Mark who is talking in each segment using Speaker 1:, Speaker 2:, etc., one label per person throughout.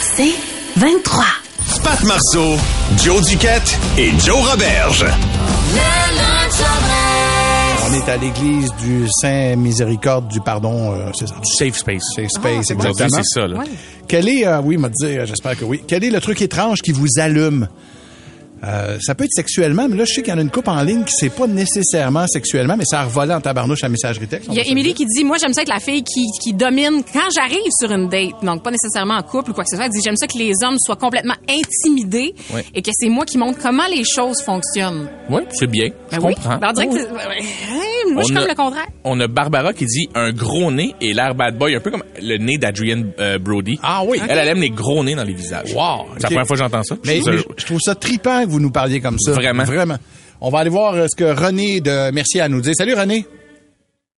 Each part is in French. Speaker 1: C'est 23.
Speaker 2: Pat Marceau, Joe Duquette et Joe Roberge.
Speaker 3: On est à l'église du Saint-Miséricorde du Pardon, euh, c'est ça.
Speaker 4: Du safe space.
Speaker 3: Safe Space,
Speaker 4: Aujourd'hui,
Speaker 3: exactement.
Speaker 4: c'est ça, là.
Speaker 3: Quel est, euh, oui, m'a dit, euh, j'espère que oui. Quel est le truc étrange qui vous allume? Euh, ça peut être sexuellement, mais là, je sais qu'il y en a une coupe en ligne qui c'est pas nécessairement sexuellement, mais ça a revolé en tabarnouche à messagerie texte.
Speaker 5: Il y a Émilie qui dit, moi, j'aime ça être la fille qui, qui domine quand j'arrive sur une date. Donc, pas nécessairement en couple ou quoi que ce soit. Elle dit, j'aime ça que les hommes soient complètement intimidés
Speaker 4: Ouais.
Speaker 5: et que c'est moi qui montre comment les choses fonctionnent.
Speaker 4: Oui, c'est bien. je
Speaker 5: oui.
Speaker 4: comprends.
Speaker 5: Ben, on dirait que c'est- ouais, ouais. moi, je suis
Speaker 4: On a-
Speaker 5: comme le contraire.
Speaker 4: On a Barbara qui dit un gros nez et l'air bad boy, un peu comme le nez d'Adrian euh, Brody.
Speaker 3: Ah oui.
Speaker 4: Elle, elle aime les gros nez dans les visages.
Speaker 3: Wow,
Speaker 4: C'est
Speaker 3: ok.
Speaker 4: la première fois que j'entends ça.
Speaker 3: Mais,
Speaker 4: Je trouve
Speaker 3: mais
Speaker 4: ça-
Speaker 3: je trouve ça tripant que vous nous parliez comme ça.
Speaker 4: Vraiment.
Speaker 3: Vraiment. On va aller voir euh, ce que René de Mercier a à nous dire. Salut René.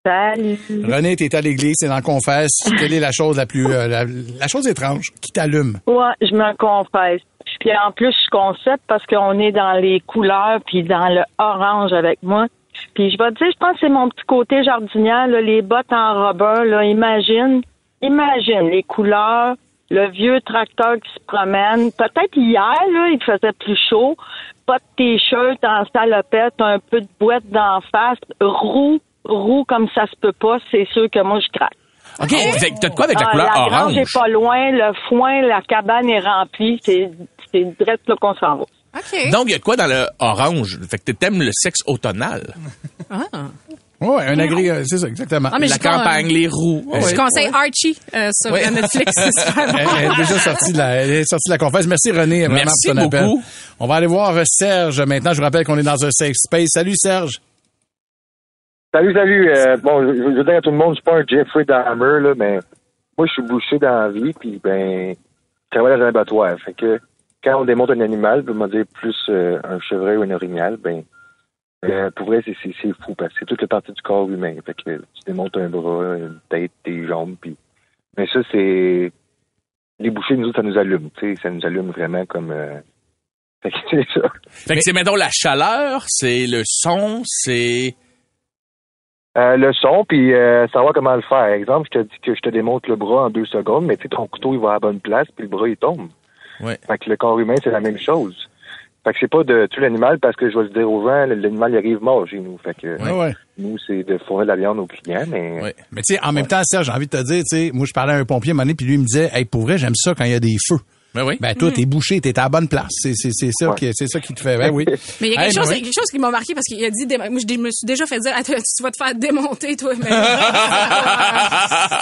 Speaker 6: Salut.
Speaker 3: René, t'es à l'église, t'es dans le confesse. Quelle est la chose la plus, euh, la, la chose étrange qui t'allume?
Speaker 6: Ouais, je me confesse. Puis en plus, je suis concept parce qu'on est dans les couleurs puis dans le orange avec moi. Puis je vais te dire, je pense que c'est mon petit côté jardinière, là, les bottes en robin, là, imagine, imagine les couleurs, le vieux tracteur qui se promène. Peut-être hier, là, il faisait plus chaud, pas de t-shirt en salopette, un peu de boîte d'en face, roux, roux comme ça se peut pas, c'est sûr que moi je craque.
Speaker 4: OK, fait que t'as de quoi avec la
Speaker 6: Ah,
Speaker 4: couleur
Speaker 6: grange
Speaker 4: orange?
Speaker 6: est pas loin, le foin, la cabane est remplie, c'est c'est direct là qu'on s'en va.
Speaker 5: OK.
Speaker 4: Donc, il y a de quoi dans le orange? Fait que t'aimes le sexe automnal.
Speaker 5: ah.
Speaker 3: Ouais, un agré, euh, c'est ça, exactement.
Speaker 5: Ah, mais
Speaker 4: la
Speaker 5: je crois-
Speaker 4: campagne, les roues. Ouais,
Speaker 5: Je
Speaker 4: ouais.
Speaker 5: conseille Archie euh, sur
Speaker 4: Ouais.
Speaker 5: Netflix. c'est super bon.
Speaker 3: Elle, elle est déjà sortie de la, elle est sortie de la confesse. Merci René, vraiment
Speaker 4: Merci
Speaker 3: pour ton appel.
Speaker 4: beaucoup.
Speaker 3: On va aller voir euh, Serge maintenant. Je vous rappelle qu'on est dans un safe space. Salut Serge.
Speaker 7: Salut, salut. Euh, bon, je, je veux dire à tout le monde, je suis pas un Jeffrey Dahmer, là, mais moi, je suis bouché dans la vie, puis ben, je travaille dans un abattoir. Fait que quand on démonte un animal, puis on va dire plus euh, un chevreuil ou une orignal, ben, euh, pour vrai, c'est, c'est, c'est fou, parce que c'est toute la partie du corps humain. Fait que tu démontes un bras, une tête, des jambes, puis... Mais ça, c'est... Les bouchées, nous autres, ça nous allume, tu sais, ça nous allume vraiment comme... euh, Fait que c'est ça.
Speaker 4: Fait que c'est, mettons, la chaleur, c'est le son, c'est...
Speaker 7: Euh, le son, puis euh, savoir comment le faire. Exemple, je te dis que je te démonte le bras en deux secondes, mais tu sais, ton couteau, il va à la bonne place, puis le bras, il tombe.
Speaker 4: Ouais.
Speaker 7: Fait que le corps humain, c'est la même chose. Fait que c'est pas de tuer l'animal parce que je vais le dire aux gens, l'animal, il arrive mort chez nous. Fait que
Speaker 3: Ah Ouais, ouais.
Speaker 7: nous, c'est de fourrer de la viande aux clients, mais...
Speaker 4: Ouais.
Speaker 3: Mais tu sais, en même temps, Serge, j'ai envie de te dire, tu sais, moi, je parlais à un pompier un moment donné, puis lui, il me disait, hey, pour vrai, j'aime ça quand il y a des feux.
Speaker 4: Ben oui.
Speaker 3: Ben,
Speaker 5: Mm.
Speaker 3: toi, t'es bouché, t'es à la bonne place. C'est, c'est, c'est ça
Speaker 7: Ouais.
Speaker 3: qui, c'est ça qui te fait, ben oui.
Speaker 5: Mais il y a quelque,
Speaker 3: Hey,
Speaker 5: chose,
Speaker 3: ben oui.
Speaker 5: quelque chose qui m'a marqué parce qu'il a dit, dé- moi, je dé- me suis déjà fait dire, Ah, tu tu vas te faire démonter, toi. Mais...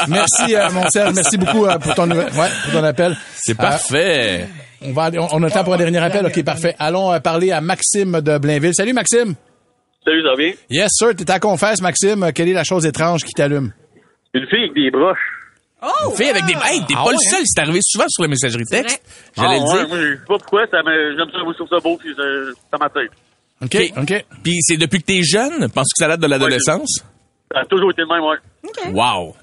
Speaker 3: Merci, euh, mon Serge. Merci beaucoup euh, pour ton, nouvel- Euh, ouais, pour ton appel.
Speaker 4: c'est parfait.
Speaker 3: On va aller- on, on a le temps pour un dernier appel. OK, parfait. Allons euh, parler à Maxime de Blainville. Salut, Maxime.
Speaker 8: Salut, ça va bien?
Speaker 3: Yes, sir. T'es à confesse, Maxime. Euh, Quelle est la chose étrange qui t'allume?
Speaker 8: Une fille avec des broches.
Speaker 4: Une fille avec des...
Speaker 3: Ah!
Speaker 4: Hey, t'es pas
Speaker 3: hein?
Speaker 4: le seul. C'est arrivé souvent sur la messagerie
Speaker 5: C'est
Speaker 4: texte. J'allais
Speaker 8: Ah,
Speaker 4: le
Speaker 8: ouais,
Speaker 4: dire.
Speaker 8: moi, je sais pas pourquoi, ça me, j'aime ça, moi, je trouve ça beau, puis ça, ça m'attire.
Speaker 3: OK,
Speaker 4: OK.
Speaker 3: OK.
Speaker 4: Puis c'est depuis que t'es jeune? Penses-tu que ça date de l'adolescence?
Speaker 8: Ça a toujours été le même, ouais.
Speaker 4: Wow.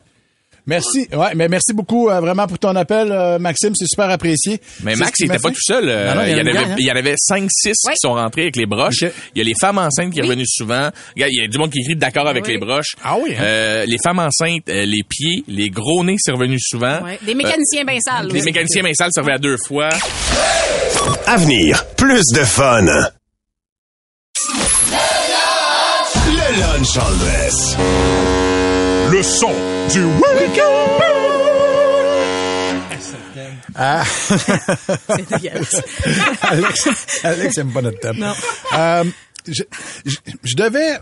Speaker 3: Merci. Ouais, mais merci beaucoup euh, vraiment pour ton appel, euh, Maxime. C'est super apprécié.
Speaker 4: Mais
Speaker 3: C'est
Speaker 4: Max,
Speaker 3: ce qui
Speaker 4: il
Speaker 3: m'a
Speaker 4: était pas
Speaker 3: fait.
Speaker 4: tout seul. euh,
Speaker 3: Non, non,
Speaker 4: il, y en
Speaker 3: une
Speaker 4: avait,
Speaker 3: gang, hein.
Speaker 4: il y en avait 5 six
Speaker 5: Oui.
Speaker 4: qui sont rentrés avec les broches.
Speaker 3: Ok.
Speaker 4: Il y a les femmes enceintes qui sont
Speaker 5: Oui.
Speaker 4: revenues souvent. Regarde, il y a du monde qui écrit d'accord avec
Speaker 5: Oui.
Speaker 4: les broches.
Speaker 3: Ah oui, hein?
Speaker 4: Euh, les femmes enceintes, euh, les pieds, les gros nez, c'est revenu souvent.
Speaker 5: Ouais. Des mécaniciens bien sales.
Speaker 4: Les
Speaker 5: aussi.
Speaker 4: mécaniciens mains sales, ça revient à deux fois.
Speaker 2: Avenir, plus de fun. Le lunch en dress. Le son du
Speaker 3: Ah. Alex, Alex aime pas notre thème. Euh, je, je, je devais,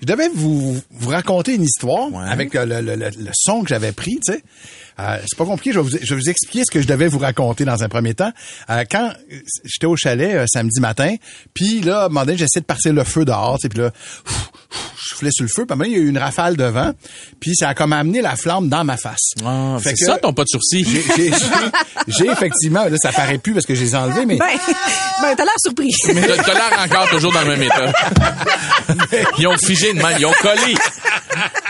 Speaker 3: je devais vous, vous raconter une histoire avec euh, le, le- le- le son que j'avais pris, tu sais. Euh, c'est pas compliqué, je vais, vous, je vais vous expliquer ce que je devais vous raconter dans un premier temps. Euh, quand j'étais au chalet euh, samedi matin, puis là, à un moment donné, j'essayais de partir le feu dehors, tu sais, puis là, ouf, ouf, je soufflais sur le feu, puis à un moment donné, il y a eu une rafale de vent, puis ça a comme amené la flamme dans ma face.
Speaker 4: Ah,
Speaker 3: Fait
Speaker 4: c'est
Speaker 3: que-
Speaker 4: ça ton pas de sourcil.
Speaker 3: j'ai- j'ai- J'ai effectivement, là, ça paraît plus parce que je les ai enlevés, mais
Speaker 1: Ben, ben t'as l'air surpris.
Speaker 4: T'as t'as l'air encore toujours dans le même état. Ils ont figé de même, ils ont collé.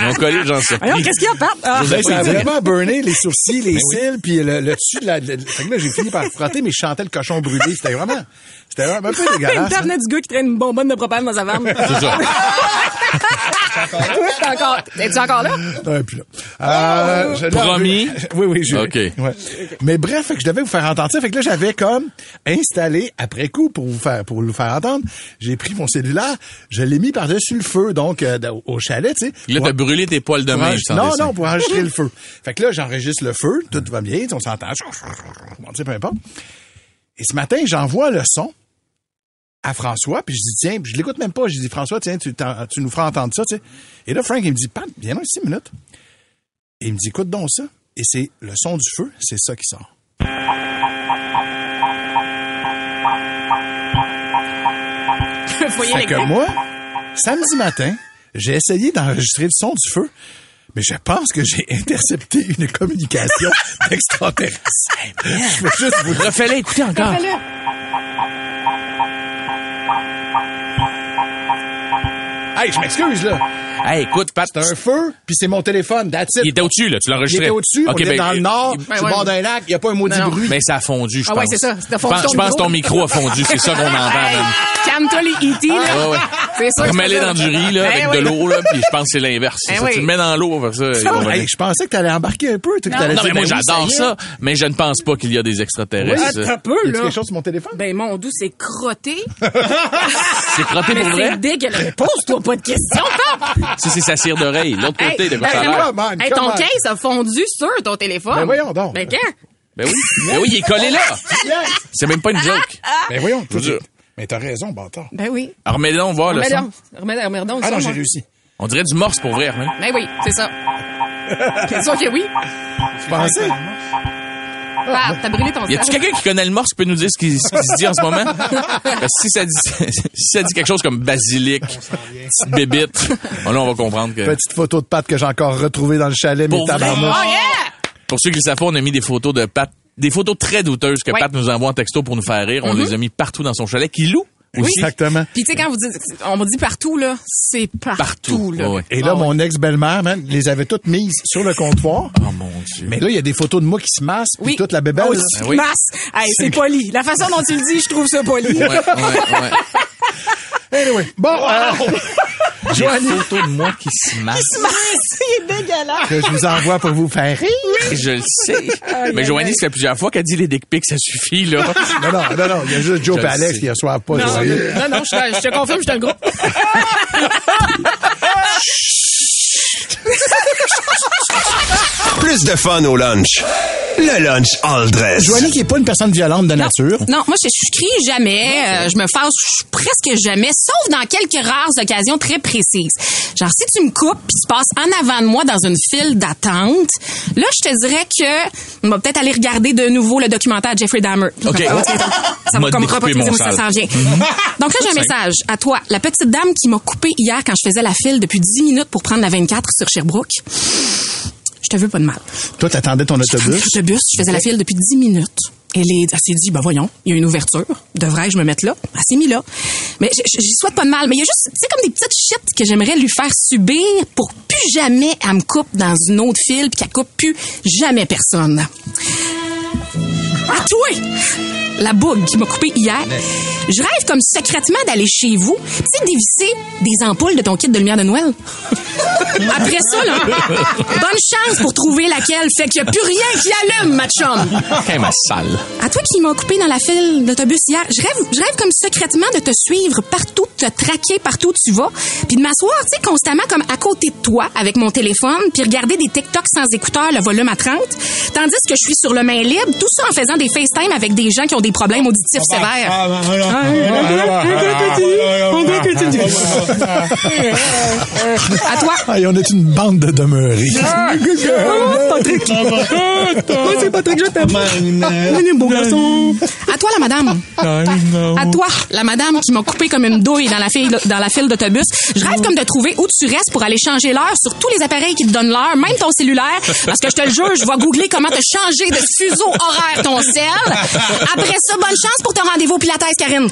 Speaker 8: Ils ont collé le genre sur
Speaker 1: Voyons, qu'est-ce qu'il y a, Pat? Ah.
Speaker 3: Ben, ça a vraiment burné les sourcils, les cils, puis le, le dessus de la... de- Fait que là, j'ai fini par frotter, mais je chantais le cochon brûlé. C'était vraiment... C'était vraiment un peu
Speaker 1: Une
Speaker 3: dégueulasse. hein.
Speaker 1: table venait du gars qui traîne une bonbonne de propane dans sa femme.
Speaker 8: hein. C'est ça.
Speaker 1: Toi, t'es encore, es-tu encore là?
Speaker 3: Ouais, puis là. Euh, je- non,
Speaker 8: Promis?
Speaker 3: je- Oui, oui, j'ai.
Speaker 8: OK.
Speaker 3: ouais. Mais bref, fait que je devais vous faire entendre ça. Fait que là, j'avais comme installé après coup pour vous faire pour vous faire entendre. J'ai pris mon cellulaire, je l'ai mis par-dessus le feu, donc euh, dans- au chalet, tu sais.
Speaker 8: Là,
Speaker 3: Pour-
Speaker 8: t'as brûlé tes poils de
Speaker 3: pour
Speaker 8: main,
Speaker 3: enregistrer-
Speaker 8: sans
Speaker 3: non,
Speaker 8: dessin.
Speaker 3: non, pour enregistrer le feu. Fait que là, j'enregistre le feu, tout va bien, on s'entend, bon, tu sais, peu importe. Et ce matin, j'envoie le son à François, puis je dis, tiens, puis je l'écoute même pas, je dis, François, tiens, tu, t'en- tu nous feras entendre ça, tu sais. Et là, Frank, il me dit, Pat, viens là, six minutes. Et il me dit, écoute donc ça. Et c'est le son du feu, c'est ça qui sort.
Speaker 5: Voyez
Speaker 3: Fait
Speaker 5: avec
Speaker 3: que moi, samedi matin, j'ai essayé d'enregistrer le son du feu, mais je pense que j'ai intercepté une communication d'extraterrestre. Je veux juste vous
Speaker 8: Refais-le, écoutez encore.
Speaker 3: Hey, je m'excuse, là.
Speaker 8: Hey, écoute, Pat,
Speaker 3: C'est un feu, puis c'est mon téléphone, that's it.
Speaker 8: il était au-dessus, là. Tu
Speaker 3: Il
Speaker 8: l'enregistrais.
Speaker 3: était au-dessus,
Speaker 8: Ok,
Speaker 3: on était
Speaker 8: ben,
Speaker 3: dans le
Speaker 8: il-
Speaker 3: nord,
Speaker 8: il-
Speaker 3: je suis au bord d'un lac, il n'y a pas un maudit
Speaker 5: Non, non.
Speaker 3: bruit.
Speaker 8: Mais ça a fondu, je
Speaker 5: Ah
Speaker 8: pense.
Speaker 5: ouais, c'est ça. C'était
Speaker 8: Je
Speaker 5: fondu
Speaker 8: pense,
Speaker 5: ton
Speaker 8: je pense que ton
Speaker 5: micro.
Speaker 8: micro a fondu. C'est ça qu'on entend,
Speaker 5: Hey,
Speaker 8: même.
Speaker 5: Calme-toi les
Speaker 1: E
Speaker 5: E.T. là.
Speaker 8: Ah, Ouais, ouais.
Speaker 5: C'est sûr. que
Speaker 8: Remets-les
Speaker 5: c'est ça.
Speaker 8: dans du riz, là,
Speaker 5: Ben
Speaker 8: avec
Speaker 5: oui.
Speaker 8: de l'eau, là, puis je pense que c'est l'inverse. C'est
Speaker 5: Eh
Speaker 8: ça,
Speaker 5: oui.
Speaker 8: Tu le mets dans l'eau, euh, on va faire ça. ils vont
Speaker 3: Hey,
Speaker 8: venir.
Speaker 3: je pensais que t'allais embarquer un peu, tu sais, que t'allais
Speaker 8: Non, mais
Speaker 3: dire,
Speaker 8: moi,
Speaker 3: ben oui,
Speaker 8: j'adore
Speaker 3: y est.
Speaker 8: ça, mais je ne pense pas qu'il y a des
Speaker 3: Oui,
Speaker 8: extraterrestres.
Speaker 1: Attends un peu,
Speaker 3: Y a-tu
Speaker 1: là.
Speaker 3: quelque chose sur mon téléphone?
Speaker 5: Ben, mon doux, c'est crotté.
Speaker 8: C'est crotté
Speaker 5: Mais
Speaker 8: Ah, pour vrai?
Speaker 5: c'est dégueulasse. Pose-toi pas de questions, Pap!
Speaker 8: Si c'est sa cire d'oreille, l'autre côté, de quoi ça a
Speaker 5: ben,
Speaker 8: l'air.
Speaker 3: come on,
Speaker 5: hey,
Speaker 3: come
Speaker 5: ton
Speaker 3: on.
Speaker 5: case a fondu sur ton téléphone.
Speaker 3: Ben, voyons donc.
Speaker 5: Ben, quand?
Speaker 8: Ben oui. Ben oui, il est collé là. C'est même pas une joke.
Speaker 5: Ah,
Speaker 3: Ben voyons, tout
Speaker 8: Je veux dire.
Speaker 3: Mais t'as raison, bâtard.
Speaker 5: Ben oui.
Speaker 8: Alors, remets-le, on va, là.
Speaker 5: Remets-le.
Speaker 8: ça.
Speaker 5: Remets-le. Remets-le.
Speaker 3: Ah non,
Speaker 5: ça,
Speaker 3: j'ai
Speaker 5: moi.
Speaker 3: réussi.
Speaker 8: On dirait du morse pour vrai, hein.
Speaker 5: Ben oui, c'est ça. C'est sûr que oui.
Speaker 3: Tu pensais?
Speaker 5: Pap, t'as brûlé ton
Speaker 8: Y a-tu
Speaker 5: cerf.
Speaker 8: quelqu'un qui connaît le morse qui peut nous dire ce qui, ce qui se dit en ce moment? Parce que si ça dit, si ça dit quelque chose comme basilic, petite bébite, bon, là, on va comprendre que.
Speaker 3: Petite photo de Pat que j'ai encore retrouvée dans le chalet, mais
Speaker 8: Pour vrai?
Speaker 3: tabarnak.
Speaker 5: Oh yeah!
Speaker 8: Pour ceux qui le savent pas, on a mis des photos de Pat, des photos très douteuses que
Speaker 5: Ouais.
Speaker 8: Pat nous envoie en texto pour nous faire rire.
Speaker 5: Mhm.
Speaker 8: On les a mis partout dans son chalet, qui loue aussi.
Speaker 3: Exactement.
Speaker 5: Puis tu sais quand vous dites on me dit partout là, c'est partout,
Speaker 8: Partout,
Speaker 5: là.
Speaker 8: ouais.
Speaker 3: Et là,
Speaker 5: Ah ouais.
Speaker 3: mon ex-belle-mère, man, les avait toutes mises sur le comptoir.
Speaker 8: Oh mon dieu.
Speaker 3: Mais là, il y a des photos de moi qui se massent, puis toute la bébelle.
Speaker 1: Oh,
Speaker 3: là.
Speaker 1: c'est
Speaker 8: Ah oui.
Speaker 1: masse. Hey, c'est poli. La façon dont tu le dis, je trouve ça poli.
Speaker 8: Ouais, ouais, ouais.
Speaker 3: Anyway, bon, euh,
Speaker 8: J'ai une photo de moi qui se masse.
Speaker 1: c'est dégueulasse.
Speaker 3: que je vous envoie pour vous faire rire.
Speaker 8: Je le
Speaker 5: Oh,
Speaker 8: sais. Mais Joanie, ça fait plusieurs fois qu'elle dit les dick pics, ça suffit, là.
Speaker 3: Non, non, non, non, il y a juste Joe
Speaker 8: Je
Speaker 3: et
Speaker 8: le
Speaker 3: Alex
Speaker 8: sais.
Speaker 3: qui reçoivent pas.
Speaker 5: Non,
Speaker 3: joyeux.
Speaker 5: non, non, je, te- je te confirme, je te le groupe.
Speaker 2: Plus de fun au lunch. Le lunch all dress.
Speaker 3: Joanie qui est pas une personne violente de nature.
Speaker 5: Non, moi, je, je crie jamais, euh, je me fâche presque jamais, sauf dans quelques rares occasions très précises. Genre, si tu me coupes puis tu passes en avant de moi dans une file d'attente, là, je te dirais que on va peut-être aller regarder de nouveau le documentaire de Jeffrey Dahmer.
Speaker 8: OK.
Speaker 5: Ça va
Speaker 8: M'a
Speaker 5: comme
Speaker 8: découpé
Speaker 5: repartir,
Speaker 8: mon
Speaker 5: ça
Speaker 8: sale. Mhm.
Speaker 5: s'en vient. Donc là, j'ai un message à toi, la petite dame qui m'a coupé hier quand je faisais la file depuis 10 minutes pour prendre la 24 sur Sherbrooke. Je te veux pas de mal.
Speaker 3: Toi, t'attendais ton autobus.
Speaker 5: Je bus, je faisais la file depuis 10 minutes. Elle, est- elle s'est dit, ben voyons, il y a une ouverture. Devrais-je me mettre là? Elle s'est mise là. Mais j- j- j'y souhaite pas de mal. Mais il y a juste, tu sais, comme des petites shit que j'aimerais lui faire subir pour plus jamais elle me coupe dans une autre file puis qu'elle coupe plus jamais personne. À toi! La bougue qui m'a coupé hier. Je rêve comme secrètement d'aller chez vous, tu sais, dévisser des ampoules de ton kit de lumière de Noël. Après ça, là, bonne chance pour trouver laquelle. Fait qu'il n'y a plus rien qui allume, ma chum.
Speaker 8: Quand ma sale.
Speaker 5: À toi qui m'as coupé dans la file d'autobus hier, je rêve, je rêve comme secrètement de te suivre partout, de te traquer partout où tu vas, puis de m'asseoir, tu sais, constamment comme à côté de toi avec mon téléphone, puis regarder des TikTok sans écouteurs, le volume à 30, tandis que je suis sur le main libre, tout ça en faisant des FaceTime avec des gens qui ont des problèmes auditifs sévères.
Speaker 3: Ah
Speaker 5: À toi.
Speaker 3: Ah, et on est une bande de demeurés.
Speaker 1: Ah,
Speaker 3: Ah,
Speaker 1: Patrick.
Speaker 3: bah.
Speaker 1: Moi, c'est Patrick, je t'aime. Il est beau garçon.
Speaker 5: À toi, la madame. À toi, la madame qui m'a coupé comme une douille fouille dans la file, dans la file d'autobus. Je rêve comme de trouver où tu restes pour aller changer l'heure sur tous les appareils qui te donnent l'heure, même ton cellulaire, parce que je te le jure, je vais googler comment te changer de fuseau horaire ton sel. Après ça, bonne chance pour ton rendez-vous au Pilates, Karine.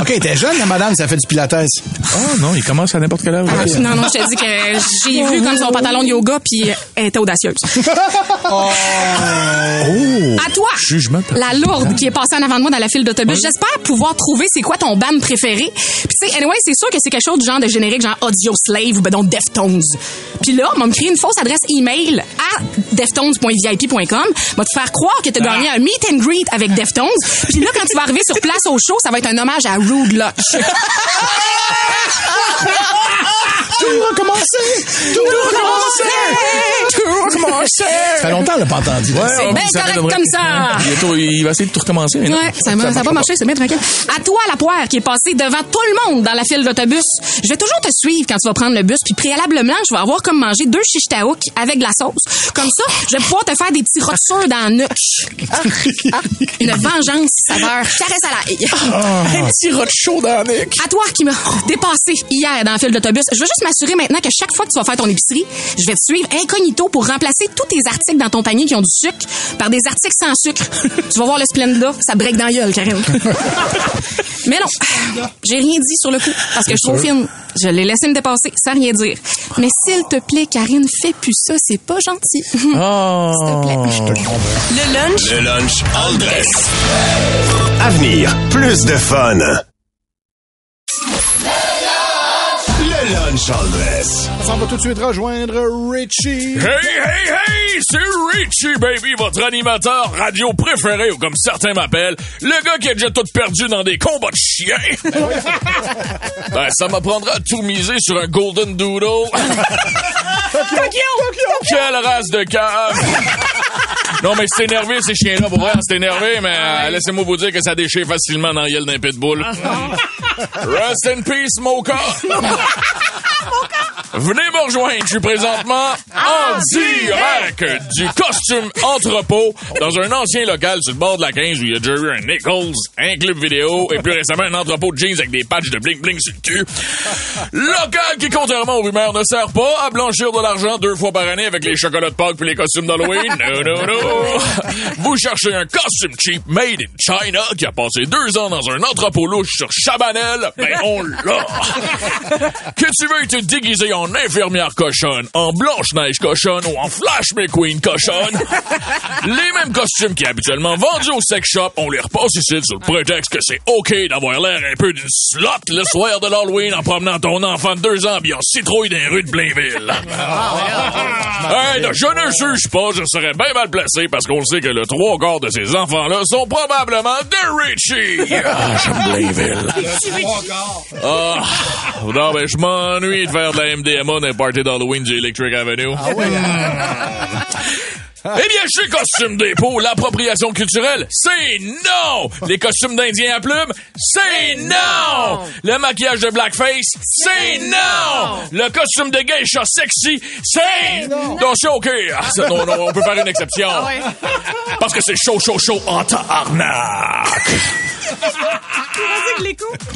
Speaker 3: OK, t'es jeune, la madame, ça fait du pilates.
Speaker 4: Oh non, il commence à n'importe quelle heure.
Speaker 5: Ah, non, non, je te dis que j'ai vu comme son pantalon de yoga, puis elle était audacieuse. À toi!
Speaker 4: Jugement.
Speaker 5: La lourde qui est passée en avant de moi dans la file d'autobus. J'espère pouvoir trouver c'est quoi ton band préféré. Puis tu sais, anyway, c'est sûr que c'est quelque chose du genre de générique, genre Audio Slave ou ben donc Deftones. Puis là, on va me créer une fausse adresse email à deftones.vip.com. Va te faire croire que t'as gagné un meet and greet avec Deftones. Puis là, quand tu vas arriver sur place au show, ça va être un hommage à Rude Lutch.
Speaker 3: Tout recommencer! Tout Ça fait longtemps, on l'a pas entendu.
Speaker 5: C'est bien correct comme ça.
Speaker 4: Bientôt, il va essayer de tout recommencer. mais non.
Speaker 5: Ouais, ça va- ça va pas marcher, c'est bien tranquille. À toi, la poire qui est passée devant tout le monde dans la file d'autobus. Je vais toujours te suivre quand tu vas prendre le bus, puis préalablement, je vais avoir comme mangé deux chiches taouk avec de la sauce. Comme ça, je vais pouvoir te faire des petits rotules dans la nuque. Ah, ah, une vengeance saveur caresse à l'ail.
Speaker 4: Un petit rot chaud dans la nuque.
Speaker 5: À toi qui m'a dépassé hier dans la file d'autobus, je veux juste m'assurer maintenant que chaque fois que tu vas faire ton épicerie, je vais te suivre incognito pour remplacer tous tes articles dans ton panier qui ont du sucre par des articles sans sucre. tu vas voir le Splenda, ça break dans la gueule, Karine. Mais non, j'ai rien dit sur le coup parce que je suis trop fine. Je l'ai laissé me dépasser sans rien dire. Mais s'il te plaît, Karine, fais plus ça, c'est pas gentil.
Speaker 8: Ah.
Speaker 4: Oh.
Speaker 5: S'il te plaît.
Speaker 9: Le lunch.
Speaker 2: Le lunch all dress. Avenir, plus de fun. Le lunch all dress.
Speaker 3: On va tout de suite rejoindre Richie.
Speaker 4: Hey, hey, hey, c'est Richie, baby, votre animateur radio préféré, ou comme certains m'appellent, le gars qui a déjà tout perdu dans des combats de chiens. ben, ça m'apprendra à tout miser sur un Golden Doodle. Quelle race de cave! Non, mais c'est énervé, ces chiens-là, pour vrai, c'est énervé, mais euh, laissez-moi vous dire que ça déchire facilement dans la gueule d'un pitbull. Rest in peace, Mocha! Venez me rejoindre, je suis présentement en direct du costume entrepôt dans un ancien local sur le bord de la 15 où il y a déjà eu un Nichols, un club vidéo et plus récemment un entrepôt de jeans avec des patchs de bling-bling sur le cul. Local qui, contrairement aux rumeurs, ne sert pas à blanchir de l'argent deux fois par année avec les chocolats de Pâques puis les costumes d'Halloween. Non, non, non. Vous cherchez un costume cheap made in China qui a passé deux ans dans un entrepôt louche sur Chabanel? Ben, on l'a. Que tu veuilles te déguiser en infirmière cochonne, en Blanche-Neige cochonne ou en Flash McQueen cochonne, les mêmes costumes qui habituellement vendus au sex shop, on les repasse ici sous le prétexte que c'est OK d'avoir l'air un peu d'une slot le soir de l'Halloween en promenant ton enfant de deux ans bien en citrouille dans les rues de Blainville. Hey, non, je ne juge pas, je serais bien mal placé parce qu'on sait que le trois quarts de ces enfants-là sont probablement de Richie. Ah, j'aime Blainville. Ah, non, mais je m'ennuie de faire de la MDMA dans les parties d'Halloween du Electric Avenue. Eh bien, chez Costume Dépôt, l'appropriation culturelle, c'est non! Les costumes d'Indiens à plumes, c'est non! Le maquillage de blackface, c'est non! Le costume de geisha sexy, c'est non! Ah Donc, c'est OK. Ah, ça, non, non, on peut faire une exception. Parce que c'est chaud, chaud, chaud en tabarnak!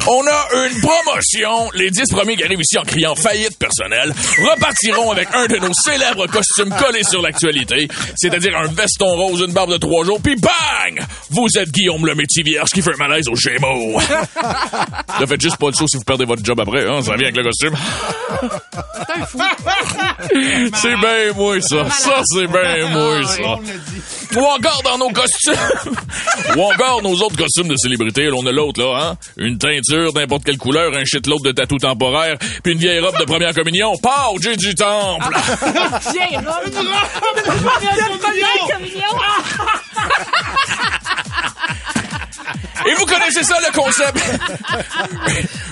Speaker 4: On a une promotion. Les 10 premiers qui arrivent ici en criant faillite personnelle repartiront avec un de nos célèbres costumes collés sur l'actualité, c'est-à-dire un veston rose, une barbe de trois jours, puis bang! Vous êtes Guillaume le métier vierge qui fait un malaise aux Gémeaux. Ne faites juste pas de saut si vous perdez votre job après, hein, ça vient avec le costume. C'est bien moi, ça. Ça, c'est bien moi, ça. Ou encore dans nos costumes. Ou encore nos autres costumes de célébrité. Là, on a l'autre, là, hein? Une teinture, n'importe quelle couleur, un shitload de tatou temporaire, puis une vieille robe de première communion. Pas au Dieu du temple! Et vous connaissez ça, le concept?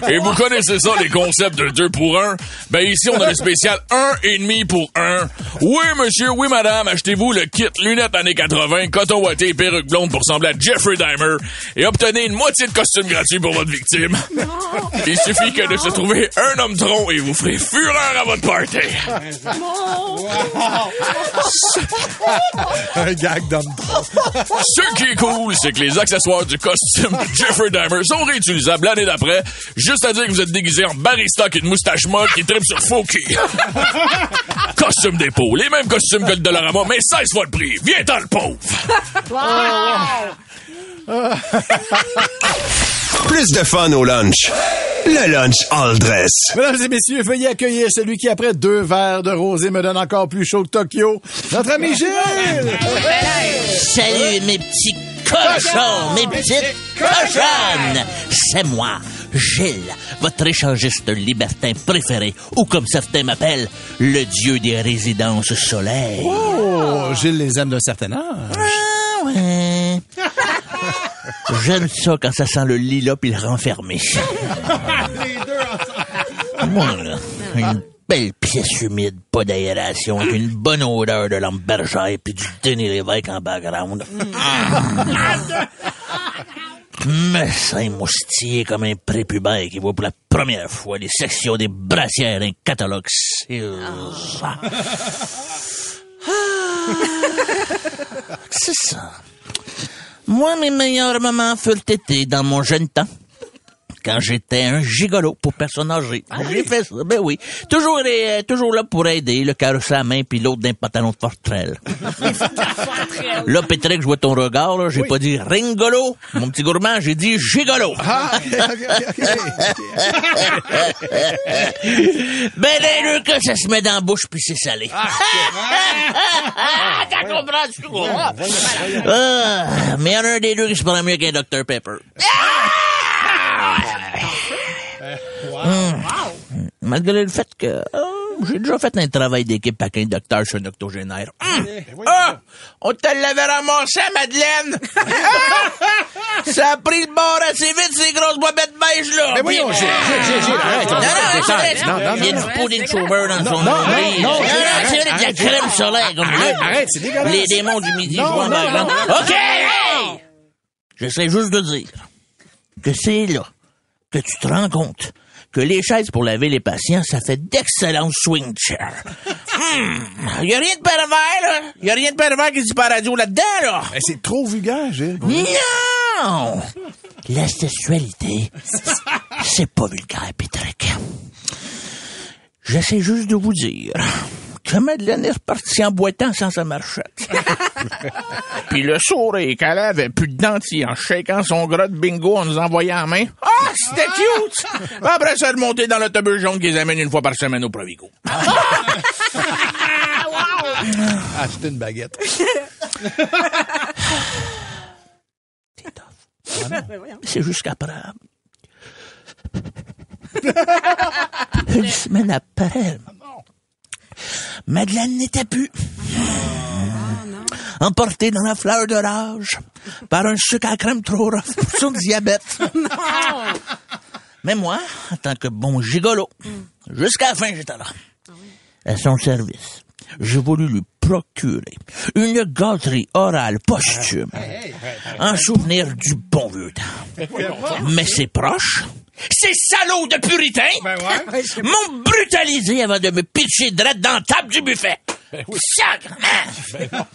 Speaker 4: Et vous connaissez ça, les concepts de 2 pour 1? Ben ici, on a le spécial 1,5 pour 1. Oui, monsieur, oui, madame, achetez-vous le kit lunettes années 80, coton ouaté et perruque blonde pour sembler à Jeffrey Dahmer et obtenez une moitié de costume gratuit pour votre victime. Il suffit que de se trouver un homme tronc et vous ferez fureur à votre party.
Speaker 3: Un gag dans le
Speaker 4: Ce qui est cool, c'est que les accessoires du costume de Jeffrey Dahmer Dahmer sont réutilisables l'année d'après. Juste à dire que vous êtes déguisé en barista qui a une moustache molle qui tripe sur Fouki. Costume dépôt. Les mêmes costumes que le Dollarama, mais 16 fois le prix. Viens dans le pauvre.
Speaker 2: Plus de fun au lunch. Le lunch all dress.
Speaker 3: Mesdames et messieurs, veuillez accueillir celui qui, après deux verres de rosé, me donne encore plus chaud que Tokyo, notre ami Gilles!
Speaker 9: Salut mes petits cochons, mes petites cochonnes. C'est moi, Gilles, votre échangiste libertin préféré, ou comme certains m'appellent, le dieu des résidences soleil.
Speaker 3: Oh, Gilles les aime d'un certain âge.
Speaker 9: Ah ouais. J'aime ça quand ça sent le lilas puis le renfermé. Moi, là, une belle pièce humide, pas d'aération, avec une bonne odeur de l'ambergerie puis du Denis Lévesque en background. Me sens moustillé comme un prépubère qui voit pour la première fois les sections des brassières d'un catalogue Sears. Ah. C'est ça. Moi, mes meilleurs moments furent été dans mon jeune temps. Quand j'étais un gigolo pour personne âgée. J'ai fait ça, ben oui. Toujours, euh, toujours là pour aider, le carrosse à la main, puis l'autre d'un pantalon de forterelle. là, Pétrec, je vois ton regard, là, j'ai pas dit ringolo, mon petit gourmand, j'ai dit gigolo.
Speaker 3: Ah, ok, ok, ok.
Speaker 9: ben, les deux que ça se met dans la bouche puis c'est salé.
Speaker 3: Ah!
Speaker 9: T'as compris, tu comprends? Ah, Mais il y en a un des deux qui se prend mieux qu'un Dr Pepper. Ah! Hum. Hmm. Malgré le fait que hum, j'ai déjà fait un travail d'équipe avec un docteur sur un octogénaire. Hum.
Speaker 3: Ben
Speaker 9: Ah! On te l'avait ramassé, Madeleine! Ah! Ça a pris le bord assez vite, ces grosses bobettes beiges-là!
Speaker 3: Mais ben voyons, Gilles, Gilles, Gilles, Gilles, arrête,
Speaker 9: Non, non,
Speaker 3: arrête,
Speaker 9: non,
Speaker 3: arrête,
Speaker 9: Ah, c'est
Speaker 3: non,
Speaker 9: vrai.
Speaker 3: non,
Speaker 9: Il y a
Speaker 3: non,
Speaker 9: du pudding chômeur dans son nom.
Speaker 3: non,
Speaker 9: Oui.
Speaker 3: non,
Speaker 9: Non, non,
Speaker 3: Gilles,
Speaker 9: c'est vrai, il y a de la crème solaire comme
Speaker 3: Arrête,
Speaker 9: ça.
Speaker 3: arrête, c'est dégueulasse.
Speaker 9: Les démons du midi
Speaker 3: Non,
Speaker 9: jouent en
Speaker 3: non,
Speaker 9: background.
Speaker 3: non,
Speaker 9: OK! hey! J'essaie juste de dire que c'est là que tu te rends compte que les chaises pour laver les patients, ça fait d'excellents swing chairs. Il y a rien de pervers, là. Il y a rien de pervers qui dit pas radio là-dedans, là.
Speaker 3: Mais Ben, c'est trop vulgaire, Gilles.
Speaker 9: Non! La sexualité, c'est pas vulgaire, Pétrick. J'essaie juste de vous dire que Madeleine est repartie en boitant sans sa marchette. Puis le sourire qu'elle avait plus de dentier en shakeant son gras de bingo en nous envoyant en main. Ah, c'était cute! Après ça, de monter dans l'autobus jaune qu'ils amènent une fois par semaine au Provigo.
Speaker 3: Acheter Ah, une baguette.
Speaker 9: C'est jusqu'après. Une semaine après, Madeleine n'était plus. Emportée dans la fleur de l'âge par un sucre à crème trop rough pour son diabète. Mais moi, en tant que bon gigolo, jusqu'à la fin, j'étais là. À son service, j'ai voulu lui procurer une gâterie orale posthume en souvenir du bon vieux temps. Mais ses proches, ces salauds de puritains,
Speaker 3: Ben
Speaker 9: m'ont brutalisé avant de me pitcher drette dans la table du buffet.
Speaker 3: Ben
Speaker 9: Sacrement! C'est pas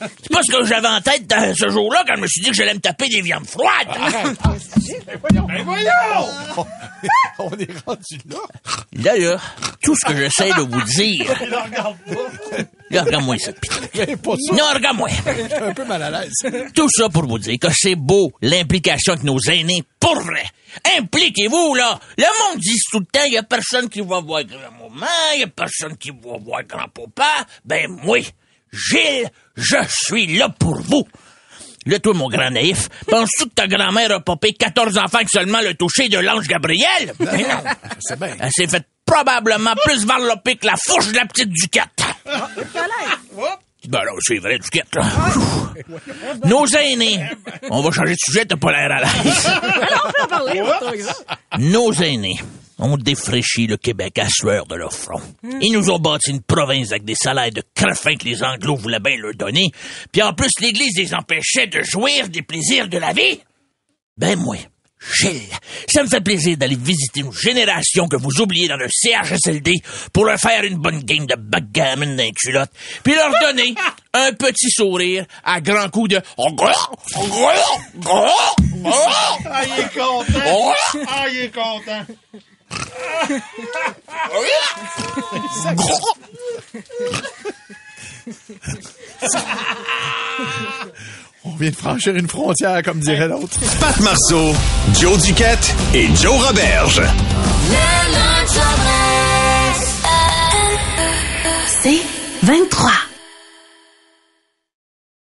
Speaker 9: ce que j'avais en tête euh, ce jour-là quand je me suis dit que j'allais me taper des viandes
Speaker 3: Ah,
Speaker 9: froides.
Speaker 3: Ben On est rendu là.
Speaker 9: D'ailleurs, tout ce que j'essaie de vous dire... Là, Regarde-moi ça, putain.
Speaker 3: Mais pas sûr,
Speaker 9: Non, regarde-moi.
Speaker 3: je suis un peu mal à l'aise.
Speaker 9: Tout ça pour vous dire que c'est beau l'implication que nos aînés, pour vrai. Impliquez-vous, là. Le monde dit tout le temps, il y a personne qui va voir grand-maman, il y a personne qui va voir grand-papa. Ben, moi, Gilles, je suis là pour vous. Là, toi, mon grand naïf, penses-tu que ta grand-mère a popé 14 enfants que seulement le toucher de l'ange Gabriel? Ben non.
Speaker 3: C'est bien.
Speaker 9: Elle s'est faite probablement plus varloper que la fourche de la petite Duquette. Ben là, c'est vrai, Duquette, là. Pfff. Nos aînés. On va changer de sujet, t'as pas l'air à l'aise. Nos aînés ont défraîchi le Québec à sueur de leur front. Ils nous ont bâti une province avec des salaires de crefin que les Anglo voulaient bien leur donner. Puis en plus, l'Église les empêchait de jouir des plaisirs de la vie. Ben moi, Gilles. Ça me fait plaisir d'aller visiter une génération que vous oubliez dans le CHSLD pour leur faire une bonne game de backgammon dans les culottes, puis leur donner un petit sourire à grands coups de «
Speaker 1: Ah, il est content! Ah, il est content!
Speaker 3: On vient de franchir une frontière, comme dirait l'autre.
Speaker 2: Pat Marceau, Joe Duquette et Joe Roberge.
Speaker 10: C'est 23.